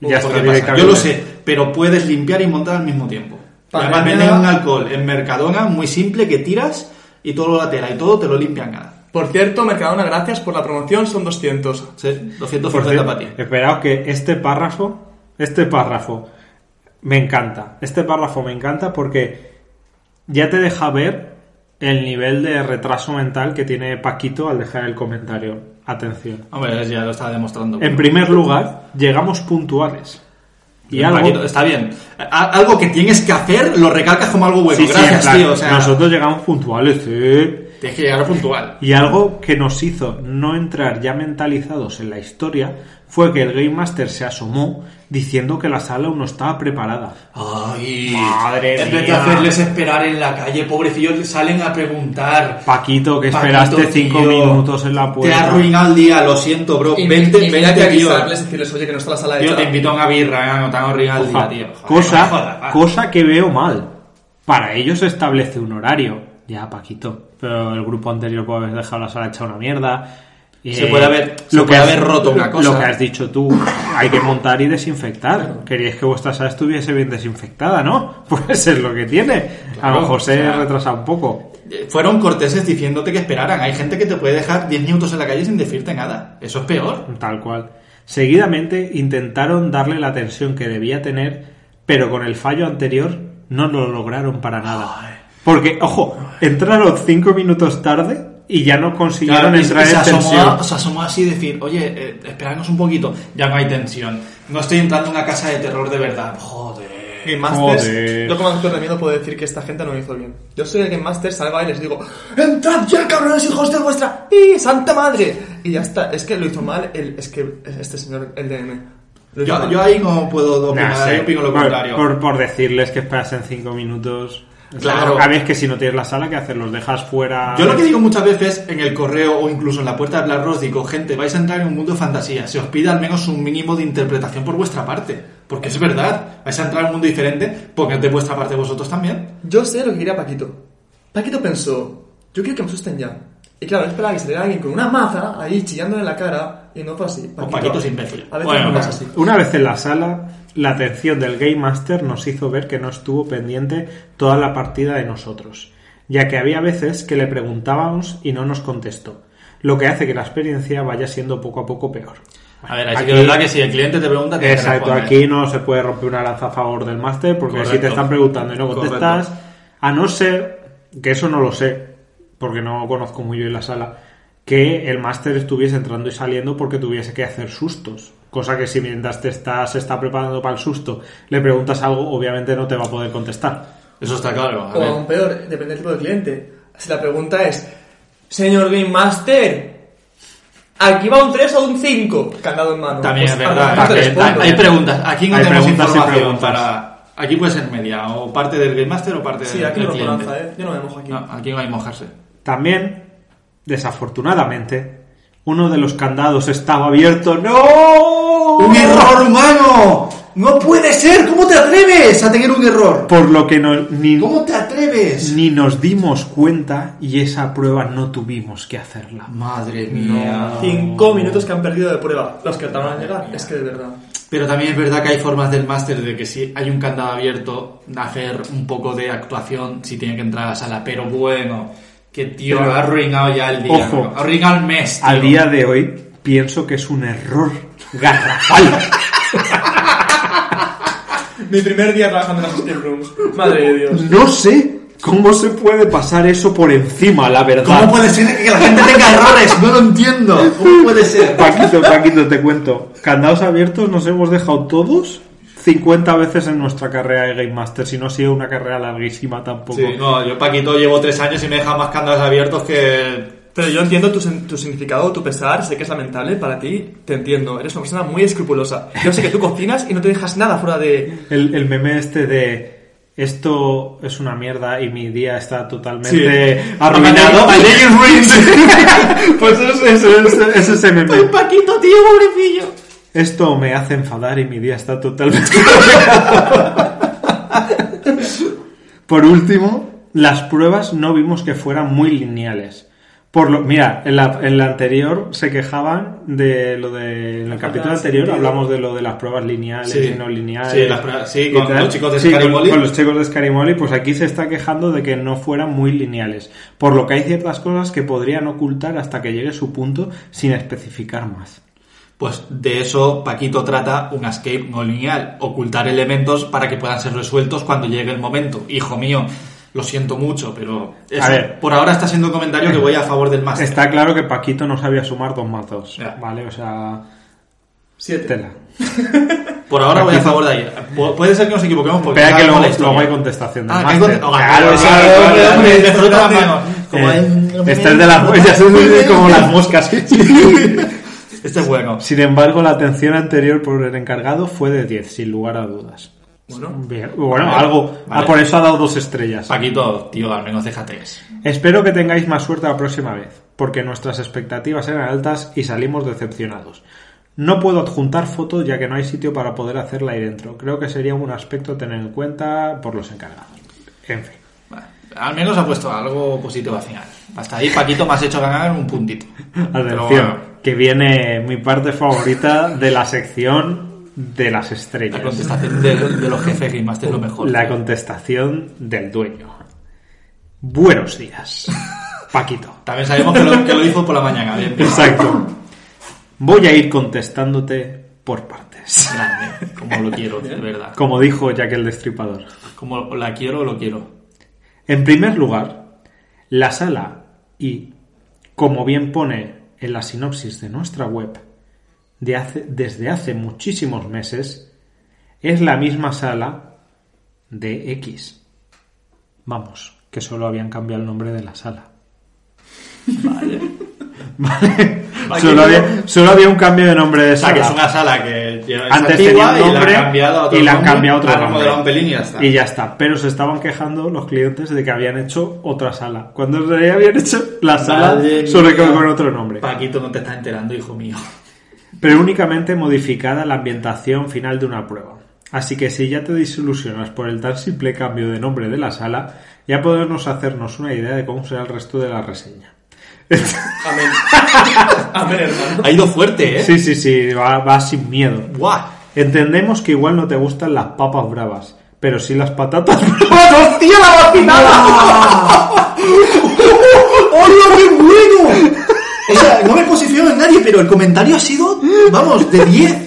A: Ya está,
B: ¿por qué pasa?
A: directamente.
B: Yo lo sé, pero puedes limpiar y montar al mismo tiempo. Y Además,
C: Pandemia-
B: venden un alcohol en Mercadona muy simple que tiras y todo la tela y todo te lo limpian cada.
C: Por cierto, Mercadona, gracias por la promoción, son 200.
B: Sí,
A: Por
B: 250
A: cierto,
B: para ti.
A: esperaos que este párrafo, este párrafo me encanta. Este párrafo me encanta porque ya te deja ver el nivel de retraso mental que tiene Paquito al dejar el comentario. Atención.
B: Hombre, ya lo estaba demostrando.
A: En primer lugar, llegamos puntuales. Y
B: Bien,
A: algo-
B: Paquito, está bien. A- algo que tienes que hacer lo recalcas como algo bueno.
A: Sí, sí, en
B: Gracias,
A: plan,
B: tío. O sea,
A: Nosotros llegamos puntuales, sí.
B: tienes que llegar puntual.
A: Y algo que nos hizo no entrar ya mentalizados en la historia fue que el Game Master se asomó diciendo que la sala aún no estaba preparada.
B: Ay,
A: Madre
B: en vez de
A: mía.
B: hacerles esperar en la calle, pobrecillos, salen a preguntar.
A: Paquito, que
B: Paquito,
A: esperaste cinco
B: tío,
A: minutos en la
B: Te ha
A: puerta.
B: arruinado el día, lo siento, bro. vente,
C: y hay que
B: vente, tío.
C: avisarles, decirles, oye, que no está la sala
B: Yo
C: hecha.
B: te invito a una birra, ¿eh? no te han arruinado el día,
A: Oja,
B: tío. Joder,
A: cosa,
B: no jodas, va.
A: cosa que veo mal. Para ellos se establece un horario. Ya, Paquito. Pero el grupo anterior puede haber dejado la sala hecha una mierda. Eh,
B: Se puede haber- se puede haber roto una cosa.
A: Lo que has dicho tú, hay que montar y desinfectar. Queríais que vuestra sala estuviese bien desinfectada, ¿no? Pues es lo que tiene. A
B: Claro,
A: lo mejor se
B: o sea,
A: retrasa un poco.
B: Eh, Fueron corteses diciéndote que esperaran. Hay gente que te puede dejar 10 minutos en la calle sin decirte nada. Eso es peor.
A: Tal cual. Seguidamente intentaron darle la tensión que debía tener, pero con el fallo anterior no lo lograron para nada. Porque, ojo, entraron cinco minutos tarde y ya no consiguieron
B: Claro, y-
A: entrar
B: y se
A: en
B: asomó,
A: tensión.
B: se asomó así y decir, oye, eh, esperadnos un poquito, ya no hay tensión. No estoy entrando en una casa de terror de verdad. Joder.
C: Game Masters,
A: Joder.
C: yo como actor de miedo puedo decir que esta gente no lo hizo bien. Yo soy el Game Master, salga y les digo, ¡Entrad ya, cabrones, hijos de vuestra! ¡Y santa madre! Y ya está, es que lo hizo mal el, es que este señor, el DM. Lo hizo
B: Yo,
C: mal.
B: yo ahí como puedo opinar,
A: Nah, sé.
B: yo opino lo
A: por,
B: contrario.
A: Por, por decirles que esperasen cinco minutos.
B: Claro.
A: A ver, es que si no tienes la sala, ¿qué haces? ¿Los dejas fuera?
B: Yo lo que digo muchas veces en el correo o incluso en la puerta de Blackrock digo, gente, vais a entrar en un mundo de fantasía, se os pide al menos un mínimo de interpretación por vuestra parte, porque es verdad, vais a entrar en un mundo diferente, porque de vuestra parte vosotros también.
C: Yo sé lo que quería Paquito. Paquito pensó, yo quiero que me asusten ya. Y claro, él esperaba que saliera alguien con una maza ahí chillándole en la cara y no fue así.
B: O Paquito es imbécil.
C: A veces
B: Bueno,
C: no
B: no.
C: pasa así.
A: Una vez en la sala, la atención del Game Master nos hizo ver que no estuvo pendiente toda la partida de nosotros, ya que había veces que le preguntábamos y no nos contestó, lo que hace que la experiencia vaya siendo poco a poco peor.
B: A ver, así
A: Aquí-
B: que es verdad que si el cliente te pregunta, tienes que
A: Exacto,
B: responder.
A: aquí no se puede romper una lanza a favor del máster porque si
B: Correcto.
A: te están preguntando y no contestas, a no ser que eso no lo sé, porque no conozco muy bien la sala, que el máster estuviese entrando y saliendo porque tuviese que hacer sustos. Cosa que si mientras te estás se está preparando para el susto le preguntas algo, obviamente no te va a poder contestar.
B: Eso está claro. A
C: O
B: ver.
C: aún peor, depende del tipo de cliente. Si la pregunta es, señor Game Master, ¿aquí va un 3 o un 5? Candado en mano.
B: También
C: Pues,
B: es
C: a
B: verdad.
C: lo mejor te
B: también.
C: respondo.
B: hay, hay preguntas. Aquí no
A: Hay
B: tenemos
A: preguntas y
B: información
A: preguntas.
B: para. Aquí puede ser media, o parte del Game Master o parte
C: Sí,
B: del
C: aquí
B: del
C: no lo
B: cliente.
C: lanza, ¿eh? Yo no me mojo aquí.
B: No, aquí no hay mojarse.
A: También, desafortunadamente, uno de los candados estaba abierto. ¡No!
B: humano! ¡No puede ser! ¿Cómo te atreves a tener un error?
A: Por lo que no, ni,
B: te atreves?
A: Ni nos dimos cuenta y esa prueba no tuvimos que hacerla.
B: Madre mía.
C: Cinco minutos que han perdido de prueba. Los que tardaron en llegar. Es que de verdad.
B: Pero también es verdad que hay formas del máster de que si hay un candado abierto, hacer un poco de actuación si tiene que entrar a la sala. Pero bueno, que tío,
A: Pero-
B: ha arruinado ya el día.
A: Ojo.
B: ha arruinado el mes.
A: Al
B: tío.
A: día de hoy pienso que es un error garrafal.
C: Mi primer día trabajando en Assistant Rooms. Madre de Dios.
A: No sé cómo se puede pasar eso por encima, la verdad.
B: ¿Cómo puede ser que la gente tenga errores? No lo entiendo. ¿Cómo puede ser?
A: Paquito, Paquito, te cuento. Candados abiertos nos hemos dejado todos 50 veces en nuestra carrera de Game Master, si no ha sido una carrera larguísima tampoco.
B: Sí, no, yo Paquito llevo tres años y me deja más candados abiertos que...
C: Pero yo entiendo tu, sen- tu significado, tu pesar, sé que es lamentable para ti, te entiendo, eres una persona muy escrupulosa. Yo sé que tú cocinas y no te dejas nada fuera de...
A: El, el meme este de esto es una mierda y mi día está totalmente arruinado.
B: My day is ruined.
A: Pues eso, eso, eso, eso es meme.
B: Ay, Paquito, tío, pobrecillo.
A: Esto me hace enfadar y mi día está totalmente. por último, las pruebas no vimos que fueran muy lineales. Por lo, mira, en la, en la anterior se quejaban de lo de. En el capítulo anterior
C: sentido.
A: hablamos de lo de las pruebas lineales
B: Ah, Sí.
A: y no lineales.
B: Sí, las pruebas- sí,
A: y
B: con
A: tal.
B: los chicos de
A: Sí, con-
B: Scarimoli.
A: con los chicos de Scarimoli, pues aquí se está quejando de que no fueran muy lineales. Por lo que hay ciertas cosas que podrían ocultar hasta que llegue su punto sin especificar más.
B: Pues de eso Paquito trata un escape no lineal, ocultar elementos para que puedan ser resueltos cuando llegue el momento. Hijo mío, lo siento mucho, pero eso,
A: A ver.
B: por ahora está siendo un comentario que voy a favor del máster.
A: Está claro que Paquito no sabía sumar dos más dos,
B: Ya.
A: ¿vale? O sea,
C: Siete.
A: tela.
B: Por ahora voy a
A: Paquito.
B: favor de ahí. Pu- Puede ser que nos equivoquemos porque...
A: Espera
B: cada
A: que luego,
B: cual es
A: luego hay
B: tuya.
A: contestación del
B: Ah, que hay
A: máster.
B: conte- oh,
A: Claro,
B: ah,
A: sí,
B: ah,
A: claro,
B: hombre,
A: claro.
B: hombre, te froto las manos. Como
A: Eh,
B: hay-
A: Este es de las... ya sé, como las moscas.
B: Este es bueno.
A: Sin embargo, la atención anterior por el encargado fue de 10, sin lugar a dudas.
C: Bueno,
A: Bien. Bueno,
B: Vale,
A: algo...
B: vale.
A: ah, por eso ha dado dos estrellas.
B: Paquito, tío, al menos deja tres.
A: Espero que tengáis más suerte la próxima vez, porque nuestras expectativas eran altas y salimos decepcionados. No puedo adjuntar fotos ya que no hay sitio para poder hacerla ahí dentro. Creo que sería un aspecto a tener en cuenta por los encargados. En fin.
B: Vale. Al menos ha puesto algo positivo al final. Hasta ahí, Paquito, me has hecho ganar un puntito. Pero
A: Atención,
B: bueno,
A: que viene mi parte favorita de la sección de las
B: la
A: estrellas.
B: contestación de, de los jefes Game Master es lo mejor.
A: La contestación del dueño. Buenos días, Paquito.
B: También sabemos que lo, que lo hizo por la mañana. Bien, bien.
A: Exacto. Voy a ir contestándote por partes.
B: Grande, como lo quiero, de verdad.
A: Como dijo Jack el Destripador.
B: Como la quiero, lo quiero.
A: En primer lugar, la sala y, como bien pone en la sinopsis de nuestra web, de hace- desde hace muchísimos meses, es la misma sala de X. Vamos, que solo habían cambiado el nombre de la sala. Vale. Vale. Solo había, solo había un cambio de nombre de
B: O sea,
A: sala.
B: que es una sala que lleva- es
A: Antes
B: antigua
A: tenía un nombre
B: y la han cambiado a otro
A: y la han
B: nombre,
A: cambiado a otro
B: la han
A: nombre.
B: remodelado un pelín y ya está.
A: Y ya está. Pero se estaban quejando los clientes de que habían hecho otra sala. Cuando en realidad habían hecho la sala
B: Madre
A: solo que
B: mía.
A: con otro nombre.
B: Paquito, no te estás enterando, hijo mío.
A: Pero únicamente modificada la ambientación final de una prueba. Así que si ya te desilusionas por el tan simple cambio de nombre de la sala, ya podemos hacernos una idea de cómo será el resto de la reseña.
C: Amén. Amén, hermano.
B: Ha ido fuerte, ¿eh?
A: Sí, sí, sí, va, va sin miedo.
B: ¡Guau!
A: Entendemos que igual no te gustan las papas bravas, pero sí las patatas bravas. ¡Hostia, la ¡Oh,
D: ¡Hola, qué bueno! O sea, no me posiciono en nadie, pero el comentario ha sido, vamos, de 10.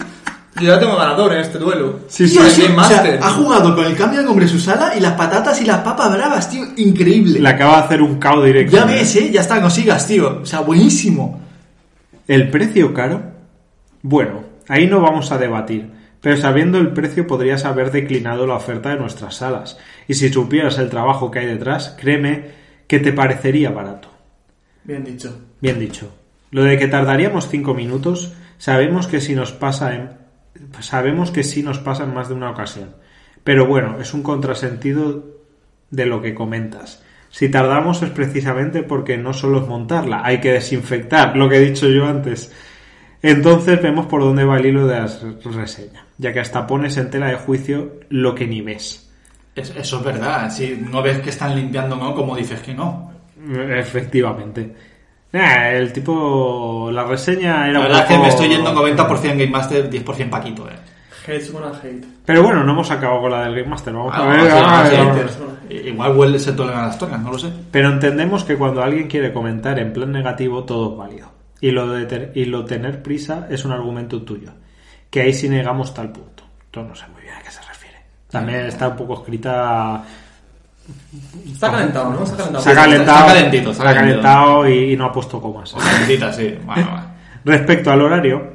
C: Yo ya tengo ganador en este duelo.
A: Sí, sí,
D: Tío,
C: el Game
D: o sea,
C: Master.
D: ha jugado con el cambio de nombre de su sala y las patatas y las papas bravas, tío. Increíble.
A: Le acaba de hacer un cao directo.
D: Ya ves, eh. Ya está, no sigas, tío. O sea, buenísimo.
A: ¿El precio caro? Bueno, ahí no vamos a debatir, pero sabiendo el precio podrías haber declinado la oferta de nuestras salas, y si supieras el trabajo que hay detrás, créeme que te parecería barato.
C: Bien dicho.
A: Bien dicho. Lo de que tardaríamos cinco minutos, sabemos que si nos pasa en, sabemos que sí nos pasa en más de una ocasión. Pero bueno, es un contrasentido de lo que comentas. Si tardamos es precisamente porque no solo es montarla, hay que desinfectar, lo que he dicho yo antes. Entonces vemos por dónde va el hilo de la reseña, ya que hasta pones en tela de juicio lo que ni ves.
B: Es- eso es verdad. Si no ves que están limpiando, ¿no? Como dices que no.
A: Efectivamente. Nah, el tipo. La reseña era
B: La
A: un
B: verdad es que
A: poco-
B: me estoy yendo 90% Game Master, 10% Paquito, ¿eh?
C: Hate gonna hate.
A: Pero bueno, no hemos acabado con la del Game Master. Vamos a
B: Ah,
A: ver.
B: sí,
A: ah,
B: sí,
A: ah,
B: sí. Igual huele se toleran las tocas, no lo sé.
A: Pero entendemos que cuando alguien quiere comentar en plan negativo, todo es válido. Y lo, de ter- y lo tener prisa es un argumento tuyo. Que ahí sí negamos tal punto. Yo no sé muy bien a qué se refiere. También está un poco escrita.
C: Está calentado, ¿no? pues, Está calentado.
A: Se ha calentado.
B: está calentito, está
A: se ha
B: calentito.
A: calentado y, y no ha puesto comas. ¿eh?
B: O calentita, sí. Bueno, bueno.
A: Respecto al horario,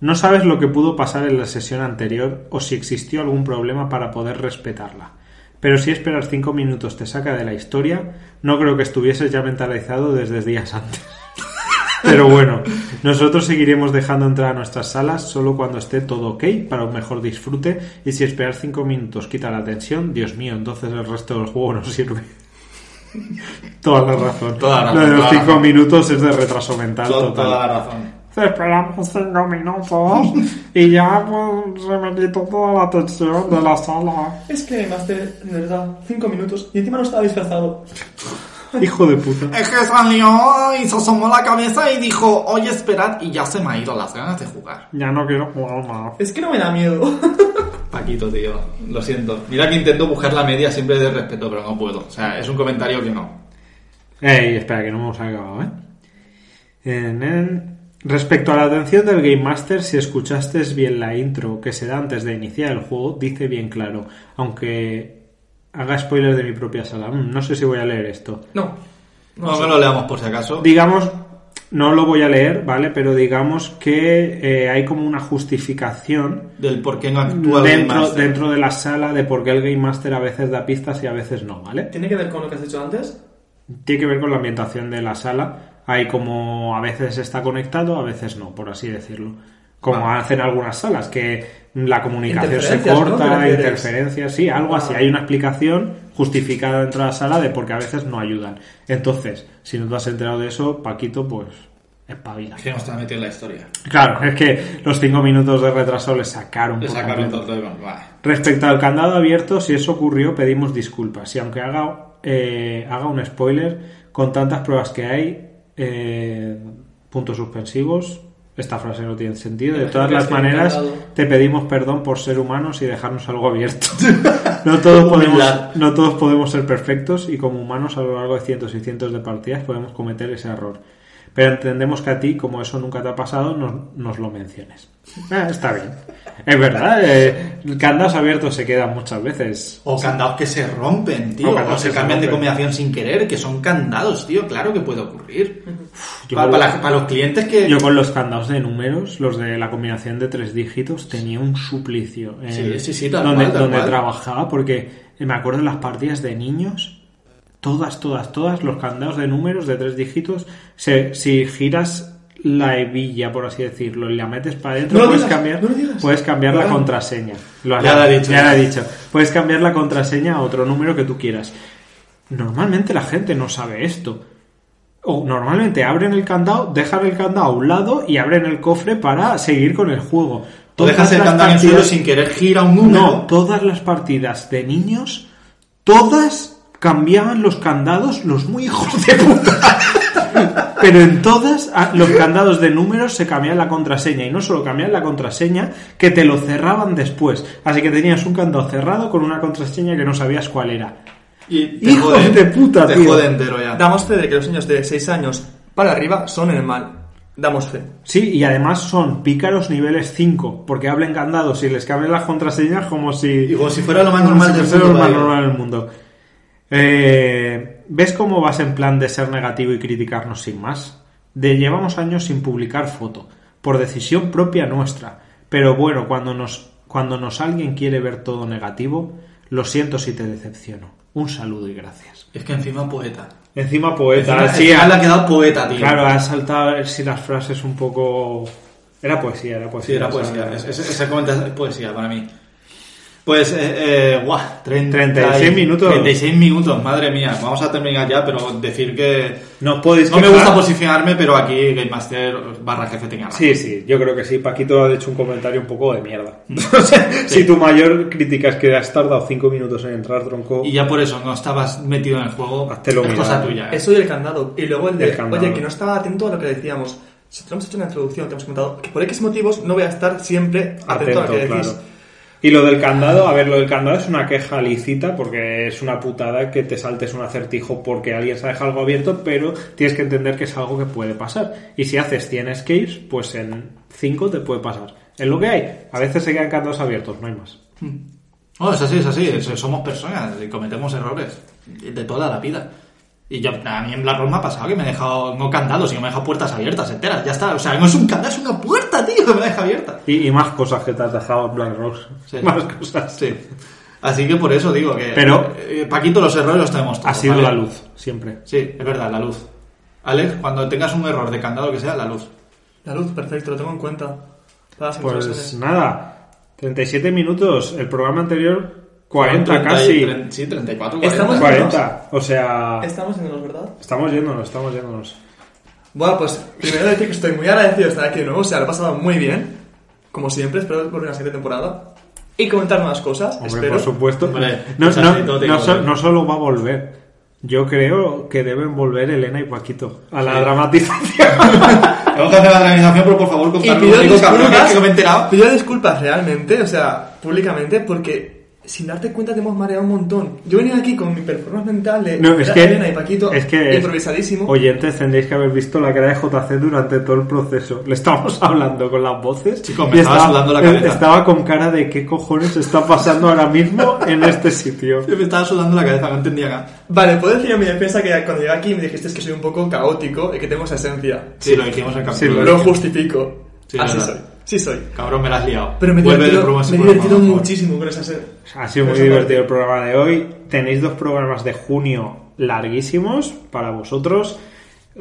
A: no sabes lo que pudo pasar en la sesión anterior o si existió algún problema para poder respetarla. Pero si esperar cinco minutos te saca de la historia, no creo que estuvieses ya mentalizado desde días antes. Pero bueno, nosotros seguiremos dejando entrar a nuestras salas solo cuando esté todo ok para un mejor disfrute y si esperar cinco minutos quita la tensión, Dios mío, entonces el resto del juego no sirve. toda la razón.
B: Toda la razón,
A: Lo de los
B: toda la
A: cinco
B: razón.
A: minutos es de retraso mental
B: Toda,
A: total.
B: toda la razón.
A: Esperamos cinco minutos y ya pues, se me quitó toda la tensión de la sala.
C: Es que Game Master, de verdad, 5 minutos y encima no estaba disfrazado.
A: Hijo de puta.
B: Es que salió y se asomó la cabeza y dijo, oye, esperad, y ya se me ha ido las ganas de jugar.
A: Ya no quiero jugar más.
C: Es que no me da miedo.
B: Paquito, tío, lo siento. Mira que intento buscar la media siempre de respeto, pero no puedo. O sea, es un comentario que no.
A: Ey, espera, que no hemos acabado, ¿eh? En- en- Respecto a la atención del Game Master, si escuchaste bien la intro que se da antes de iniciar el juego, dice bien claro, aunque haga spoiler de mi propia sala. Mm, No sé si voy a leer esto.
C: No.
B: No, no lo leamos por si acaso.
A: digamos, no lo voy a leer, ¿vale? Pero digamos que eh, hay como una justificación
B: Del por qué no actúa el Game
A: dentro,
B: Master.
A: dentro de la sala de por qué el Game Master a veces da pistas y a veces no, ¿vale?
C: ¿Tiene que ver con lo que has dicho antes?
A: Tiene que ver con la ambientación de la sala. Hay como a veces está conectado, a veces no, por así decirlo. Como hacen algunas salas, que la comunicación se
C: Interferencias, ¿no?
A: corta,
C: ¿Te refieres? Ah.
A: interferencias, sí, algo así. Hay una explicación justificada dentro de la sala de por qué a veces no ayudan. Entonces, si no te has enterado de eso, Paquito, pues espabila.
B: Que no está metido en la historia.
A: Claro, es que los cinco minutos de retraso le
B: Ah,
A: sacaron. por
B: Exactamente,
A: completo.
B: entonces, bueno, vale.
A: Respecto al candado abierto, si eso ocurrió, pedimos disculpas. Y aunque haga eh, haga un spoiler con tantas pruebas que hay, eh, puntos suspensivos. Esta frase no tiene sentido. De
E: Imagino
A: todas
E: que
A: las
E: esté
A: maneras,
E: encantado.
A: te pedimos perdón por ser humanos y dejarnos algo abierto. No todos,
E: Humildad.
A: podemos, no todos podemos ser perfectos y como humanos a lo largo de cientos y cientos de partidas podemos cometer ese error. Pero entendemos que a ti, como eso nunca te ha pasado, nos, nos lo menciones. Ah, está bien. Es verdad, eh, candados abiertos se quedan muchas veces.
B: O candados que se rompen, tío.
A: O
B: O,
A: candados
B: se
A: que se
B: cambian de
A: rompen.
B: combinación sin querer, que son candados, tío. Claro que puede ocurrir.
A: Yo
B: Pa-
A: con-
B: Para, la- para los clientes que.
A: Yo con los candados de números, los de la combinación de tres dígitos, tenía un suplicio. eh,
E: Sí, sí, sí, tal
A: donde,
E: cual, tal
A: donde
E: cual.
A: trabajaba, porque me acuerdo en las partidas de niños, todas, todas, todas, los candados de números de tres dígitos, se- si giras la hebilla, por así decirlo, y la metes para adentro,
C: No lo
A: puedes,
C: digas,
A: cambiar,
C: no lo digas.
A: puedes cambiar la
C: Claro.
A: contraseña. Lo has-
B: Ya lo ha dicho,
A: Ya
B: ya.
A: lo he dicho. Puedes cambiar la contraseña a otro número que tú quieras. Normalmente la gente no sabe esto. O normalmente abren el candado, dejan el candado a un lado y abren el cofre para seguir con el juego.
B: Tú dejas el
A: las
B: candado en el suelo
A: partidas-
B: sin querer, gira un número.
A: No, todas las partidas de niños, todas cambiaban los candados, los muy hijos de puta. Pero en todas a- los candados de números se cambiaban la contraseña y no solo cambiaban la contraseña, que te lo cerraban después. Así que tenías un candado cerrado con una contraseña que no sabías cuál era.
B: Y te
A: Hijos
B: joden,
A: de puta,
B: te
A: tío.
B: jode entero ya.
C: Damos fe de que los niños de 6 años para arriba son el mal. Damos fe.
A: Sí, y además son pícaros niveles 5, porque hablan candados y les cambian las contraseñas como si...
B: Y como si fuera lo más
A: como
B: normal
A: si
B: del
A: fuera
B: mundo
A: lo más
B: para ellos.
A: normal del mundo. Eh, ¿Ves cómo vas en plan de ser negativo y criticarnos sin más? De llevamos años sin publicar foto, por decisión propia nuestra. Pero bueno, cuando nos, cuando nos alguien quiere ver todo negativo, lo siento si te decepciono. Un saludo y gracias.
B: Es que encima poeta.
A: Encima poeta,
B: Encima-
A: sí,
B: encima
A: a-
B: le ha quedado poeta, tío.
A: Claro, ah. ha saltado eh, si las frases un poco. Era poesía, era
B: Sí,
A: poesía.
B: era
A: o sea,
B: poesía. Es- es- Exactamente, es poesía para mí. Pues, eh, eh, guau, 30
A: 36 minutos.
B: 36 minutos, madre mía. Vamos a terminar ya, pero decir que.
A: No os podéis
B: No me
A: quejar.
B: gusta posicionarme, pero aquí Game Master barra jefe tenía razón.
A: Sí, sí, yo creo que sí. Paquito ha hecho un comentario un poco de mierda.
B: Mm.
A: O sea, Si tu mayor crítica es que has tardado 5 minutos en entrar, tronco.
B: Y ya por eso no estabas metido en el juego.
A: Háztelo
B: es
A: mirar.
B: cosa tuya.
C: Eso y el candado. Y luego el de,
A: El candado.
C: oye, que no estaba atento a lo que decíamos. Si te lo hemos hecho una introducción, te hemos comentado que por X motivos no voy a estar siempre atento, a lo que
A: Atento,
C: decís.
A: claro. Y lo del candado, a ver, lo del candado es una queja lícita porque es una putada que te saltes un acertijo porque alguien se ha dejado algo abierto, pero tienes que entender que es algo que puede pasar. Y si haces 100 escapes, pues en 5 te puede pasar. Es lo que hay. A veces se quedan candados abiertos, no hay más.
B: No, es así, es así. es- Somos personas y cometemos errores de toda la vida. Y yo, a mí en Black Rock me ha pasado que me he dejado, no candados, sino me he dejado puertas abiertas enteras. Ya está. O sea, no es un candado, es una puerta, tío, que me deja abierta.
A: Y, y más cosas que te has dejado en Black Rose.
B: Sí.
A: Más cosas.
B: Sí. Así que por eso digo que.
A: Ah, Pero-
B: eh, Paquito, los errores los tenemos todos.
A: Ha sido
B: ¿vale?
A: la luz, siempre.
B: Sí, es verdad, la luz. Alex, cuando tengas un error de candado que sea, la luz.
C: La luz, perfecto, lo tengo en cuenta. Para las
A: Pues
C: introducciones.
A: nada, 37 minutos. El programa anterior, 40
B: 30 y
A: casi.
B: tre- sí, 34,
C: Estamos-
A: 40. O sea,
C: Estamos yéndonos, ¿verdad?
A: estamos yéndonos, estamos yéndonos.
C: Bueno, pues primero decir que estoy muy agradecido de estar aquí de nuevo, o sea, lo he pasado muy bien. Como siempre, espero volver a la siguiente temporada. Y comentar más cosas,
A: Hombre,
C: espero.
A: por supuesto.
B: Hombre,
A: no,
B: o sea,
A: no-
B: sí, todo tiene
A: no
B: que
A: so-
B: volver.
A: no solo va a volver. Yo creo que deben volver Elena y Paquito a la
B: Sí.
A: dramatización.
B: Tengo que hacer la organización, pero por favor,
C: Y
B: contadme lo
C: pido
B: único cabrón
C: disculpas,
B: que me he enterado.
C: pido disculpas realmente, o sea, públicamente, porque sin darte cuenta te hemos mareado un montón. Yo venía aquí con mi performance mental de
A: No, es que,
C: Elena y Paquito,
A: es que
C: improvisadísimo.
A: Oyentes, tendréis que haber visto la cara de JC durante todo el proceso. Le estábamos hablando con las voces.
B: Chico, me estaba sudando la
A: eh,
B: cabeza.
A: Estaba con cara de qué cojones está pasando ahora mismo en este sitio.
B: Me estaba sudando la cabeza, no entendía nada.
C: Vale, puedo decir en mi defensa que cuando llegué aquí me dijiste que soy un poco caótico y que tengo esa esencia.
B: Sí, lo dijimos en el
A: Sí,
B: capítulo.
C: Lo justifico.
B: Sí,
C: Así
B: la
C: soy,
B: verdad.
C: sí soy.
B: Cabrón, me la has liado.
C: Pero me he
B: Vuelve de
C: divertido,
B: bromas,
C: me he
B: por
C: divertido
B: favor.
C: muchísimo con esa esencia.
A: Ha sido muy
C: Esa
A: divertido el programa de hoy. Tenéis dos programas de junio larguísimos para vosotros.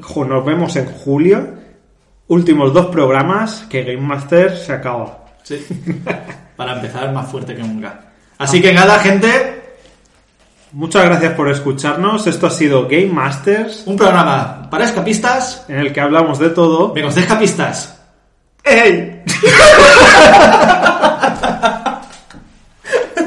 A: Jo, Nos vemos en julio. Últimos dos programas que Game Master se acaba.
B: Sí. Para empezar, más fuerte que nunca. Así que nada, gente,
A: Muchas gracias por escucharnos. Esto ha sido Game Masters,
B: un programa para escapistas.
A: en el que hablamos de todo.
B: Venga, os de escapistas.
C: ¡Ey!